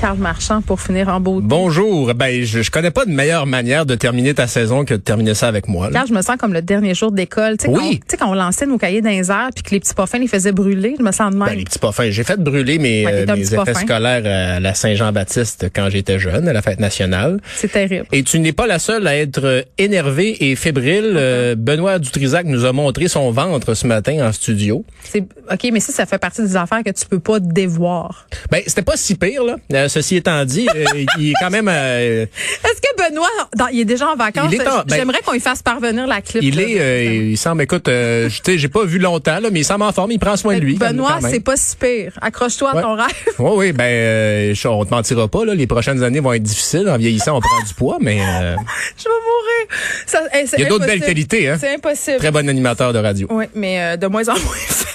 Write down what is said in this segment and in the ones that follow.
Carl Marchand pour finir en beauté. Bonjour. Ben, je, je connais pas de meilleure manière de terminer ta saison que de terminer ça avec moi. là. Car je me sens comme le dernier jour d'école. Tu sais, Oui. quand on- tu sais, quand on lançait nos cahiers dans les airs puis que les petits parfums les faisaient brûler, je me sens de même. Ben, les petits pas fins. J'ai fait brûler mes, Ouais, t'es euh, un mes petit effets pas fin. scolaires euh, à la Saint-Jean-Baptiste quand j'étais jeune, à la fête nationale. C'est terrible. Et tu n'es pas la seule à être euh, énervée et fébrile. Euh, Benoît Dutrisac nous a montré son ventre ce matin en studio. C'est- OK, mais ça, ça fait partie des affaires que tu peux pas dévoir. Ben, c'était pas si pire, là. Euh, ceci étant dit, euh, il est quand même... euh, Est-ce que Benoît, dans- il est déjà en vacances? Il est en- ben- J'aimerais qu'on lui fasse parvenir la clip. il là. est... euh, il semble... Écoute, euh, je- tu sais, j'ai pas vu longtemps, là, mais il semble en forme. Il prend soin de lui. quand- Euh, Benoît, quand même. c'est pas si pire. Accroche-toi à Ouais. ton rêve. Oui, oui, ben, euh, je- on te mentira pas, là, les prochaines années vont être difficiles. En vieillissant, on prend du poids, mais euh, je vais mourir. Ça- hey, c'est Il y a d'autres impossible. belles qualités, hein? C'est impossible. très bon animateur de radio. Oui, mais euh, de moins en moins ferme.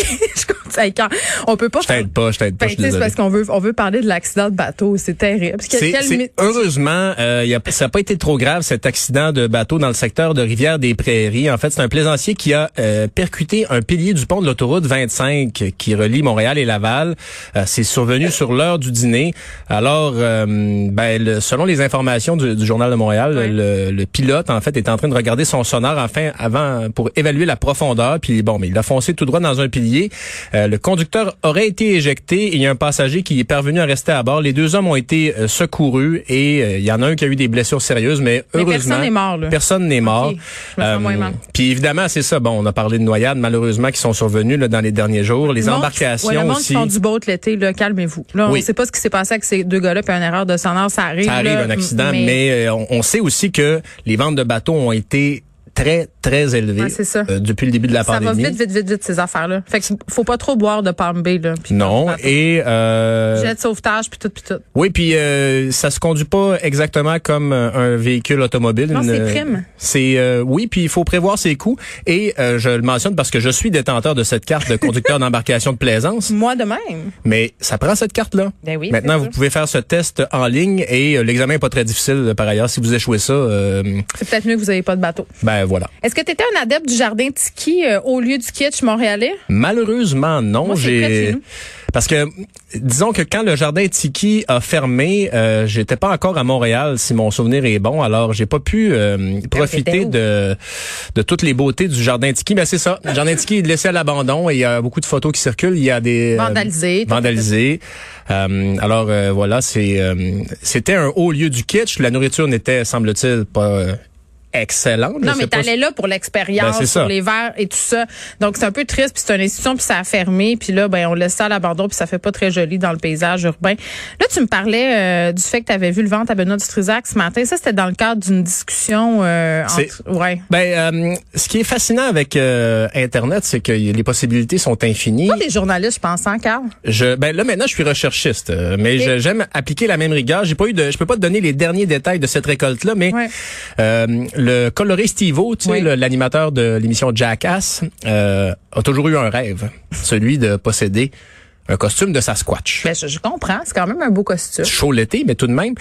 OK, je compte. Hey, quand- on peut pas Je t'aide pas, je t'aide pas, Ben, je suis tu sais, c'est désolé. parce qu'on veut, on veut parler de l'accident de bateau. C'est terrible. Parce que C'est- quel c'est- mi- heureusement, euh, y a- ça n'a pas été trop grave cet accident de bateau dans le secteur de Rivière des Prairies. En fait, c'est un plaisancier qui a euh, percuté un pilier du pont de l'autoroute 25 qui relie Montréal et Laval. Euh, c'est survenu sur l'heure du dîner. Alors, euh, ben, le- selon les informations du, du journal de Montréal, Ouais. le, le pilote en fait est en train de regarder son sonar afin avant pour évaluer la profondeur. Puis bon, mais il a foncé tout droit dans un pilier. Euh, le conducteur aurait été éjecté et il y a un passager qui est parvenu à rester à bord. Les deux hommes ont été euh, secourus et euh, il y en a un qui a eu des blessures sérieuses, mais Mais heureusement personne n'est mort, là. personne n'est mort. Euh, Ok, je me sens moins mal. Puis évidemment, c'est ça. Bon, on a parlé de noyades malheureusement qui sont survenues là, dans les derniers jours. Les Le monde- embarcations ouais, le monde aussi. qui font du boat l'été, là, calmez-vous. Là, on Oui. sait pas ce qui s'est passé avec ces deux gars-là, puis une erreur de sonore, ça arrive. Ça arrive là, un accident, mais, mais- euh, on, on sait aussi que les ventes de bateaux ont été très très élevées Ouais, c'est ça. euh, depuis le début de la Ça va pandémie. vite, vite, vite, vite, ces affaires-là. Fait que faut pas trop boire de Palm Bay, là. Puis Non et euh, jet de sauvetage, puis tout, puis tout. oui puis euh, ça se conduit pas exactement comme euh, un véhicule automobile. Non, Une- c'est prime. C'est euh, oui puis il faut prévoir ses coûts et euh, je le mentionne parce que je suis détenteur de cette carte de conducteur d'embarcation de plaisance. Moi de même. Mais ça prend cette carte-là. Ben oui, Maintenant, c'est vous sûr. pouvez faire ce test en ligne et euh, l'examen est pas très difficile euh, par ailleurs. Si vous échouez ça, euh, C'est peut-être mieux que vous ayez pas de bateau. ben voilà. Est-ce que tu étais un adepte du jardin Tiki euh, au lieu du kitsch montréalais? Malheureusement, non. Moi, c'est près de chez J'ai nous. parce que disons que quand le jardin Tiki a fermé, euh, j'étais pas encore à Montréal, si mon souvenir est bon. Alors j'ai pas pu euh, t'étais profiter où? de de toutes les beautés du jardin Tiki. Mais c'est ça, le jardin Tiki il est laissé à l'abandon et il y a beaucoup de photos qui circulent. Il y a des euh, Vandalisé, tout vandalisé. Euh, alors euh, voilà, c'est euh, c'était un haut lieu du kitsch. La nourriture n'était, semble-t-il, pas euh, excellente. Je Non, sais mais pas si- t'allais là pour Ben, l'expérience, c'est ça. pour les verres et tout ça. Donc, c'est un peu triste, puis c'est une institution, puis ça a fermé, puis là, ben, on laisse ça à l'abandon, puis ça fait pas très joli dans le paysage urbain. Là, tu me parlais euh, du fait que tu avais vu le ventre à Benoît Dutrisac ce matin. Ça, c'était dans le cadre d'une discussion euh, C'est- entre... Ouais. Ben, euh, ce qui est fascinant avec euh, Internet, c'est que y- les possibilités sont infinies. Pas des journalistes, je pense, hein, Carl? Je, ben là maintenant, je suis recherchiste, euh, mais je- j'aime appliquer la même rigueur. J'ai pas eu de, je peux pas te donner les derniers détails de cette récolte là, mais Ouais. euh, le coloré Stivo, tu Oui. sais, le- l'animateur de l'émission Jackass, euh, a toujours eu un rêve, celui de posséder un costume de Sasquatch. Ben, je, je comprends. C'est quand même un beau costume. chaud l'été, mais tout de même.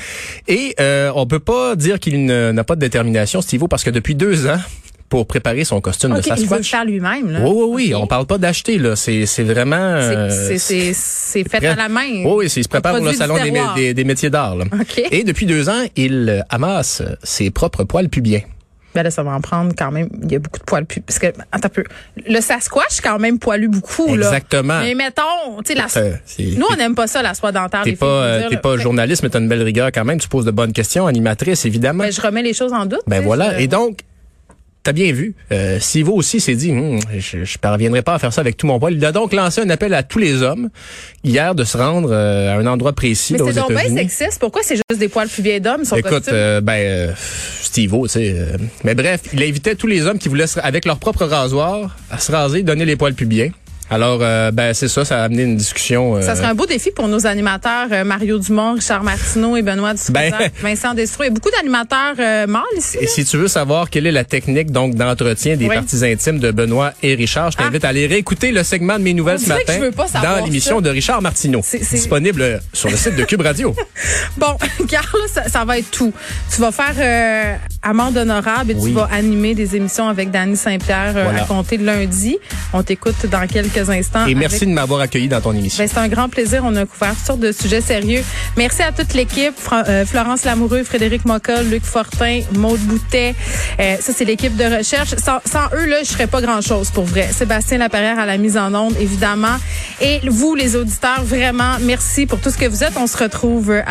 Et euh, on peut pas dire qu'il ne- n'a pas de détermination, Stivo, parce que depuis deux ans, pour préparer son costume OK, de il va le Sasquatch, faire lui-même, là. oui, oui, oui. On parle pas d'acheter, là. C'est, c'est vraiment. Hein? C'est- euh, c'est- C'est c'est fait prêt- à la main. Oui, oui, c'est- il se prépare pour le produit du salon des, mé- terroir. des- des métiers d'art. là. OK. Et depuis deux ans, il euh, amasse ses propres poils pubiens. Ben là, ça va en prendre quand même. Il y a beaucoup de poils. pu- Parce que, attends un peu. Le Sasquatch, quand même, poilu beaucoup, là. Exactement. Mais mettons, tu sais, la. Euh, c'est- Nous, on n'aime pas ça, la soie dentaire. T'es les filles, pas, je veux euh, Ah, dire, t'es là. pas Fait- journaliste, mais t'as une belle rigueur quand même. Tu poses de bonnes questions, animatrice, évidemment. Ben, je remets les choses en doute. Ben tu sais, voilà. je- Et donc, t'as bien vu. Euh, Sivo aussi s'est dit, Hum, je, je parviendrai pas à faire ça avec tout mon poil. Il a donc lancé un appel à tous les hommes hier de se rendre euh, à un endroit précis Mais là, aux c'est donc bien États-Unis. sexiste. Pourquoi c'est juste des poils plus vieilles d'hommes, son Écoute, costume? euh, ben, euh, Steve-O, tu sais. euh, mais bref, il invitait tous les hommes qui voulaient, se- avec leur propre rasoir, à se raser, donner les poils pubiens. Alors, euh, ben c'est ça, ça a amené une discussion. euh, Ça serait un beau défi pour nos animateurs euh, Mario Dumont, Richard Martineau et Benoît Dutrisac, Ben. Vincent Desfraux. Il y a beaucoup d'animateurs euh, mâles ici. Et là. si tu veux savoir quelle est la technique donc d'entretien des Oui. Ah. parties intimes de Benoît et Richard, je t'invite à aller réécouter le segment de mes nouvelles On ce dirait que matin je veux pas savoir dans l'émission ça. de Richard Martineau, C'est- c'est- Ah, disponible euh, sur le site de Cube Radio. Bon, Carl, ça, ça va être tout. Tu vas faire euh, amende honorable et Oui. tu vas animer des émissions avec Danny Saint-Pierre euh, Voilà. à compter de lundi. On t'écoute dans quelques instants. Et avec- merci de m'avoir accueilli dans ton émission. Ben, c'est un grand plaisir. On a couvert toutes sortes de sujets sérieux. Merci à toute l'équipe. Fra- euh, Florence Lamoureux, Frédéric Moca, Luc Fortin, Maude Boutet. Euh, ça, c'est l'équipe de recherche. Sans, sans eux, là, je ferais pas grand-chose pour vrai. Sébastien Laperrière à la mise en onde, évidemment. Et vous, les auditeurs, vraiment, merci pour tout ce que vous êtes. On se retrouve euh,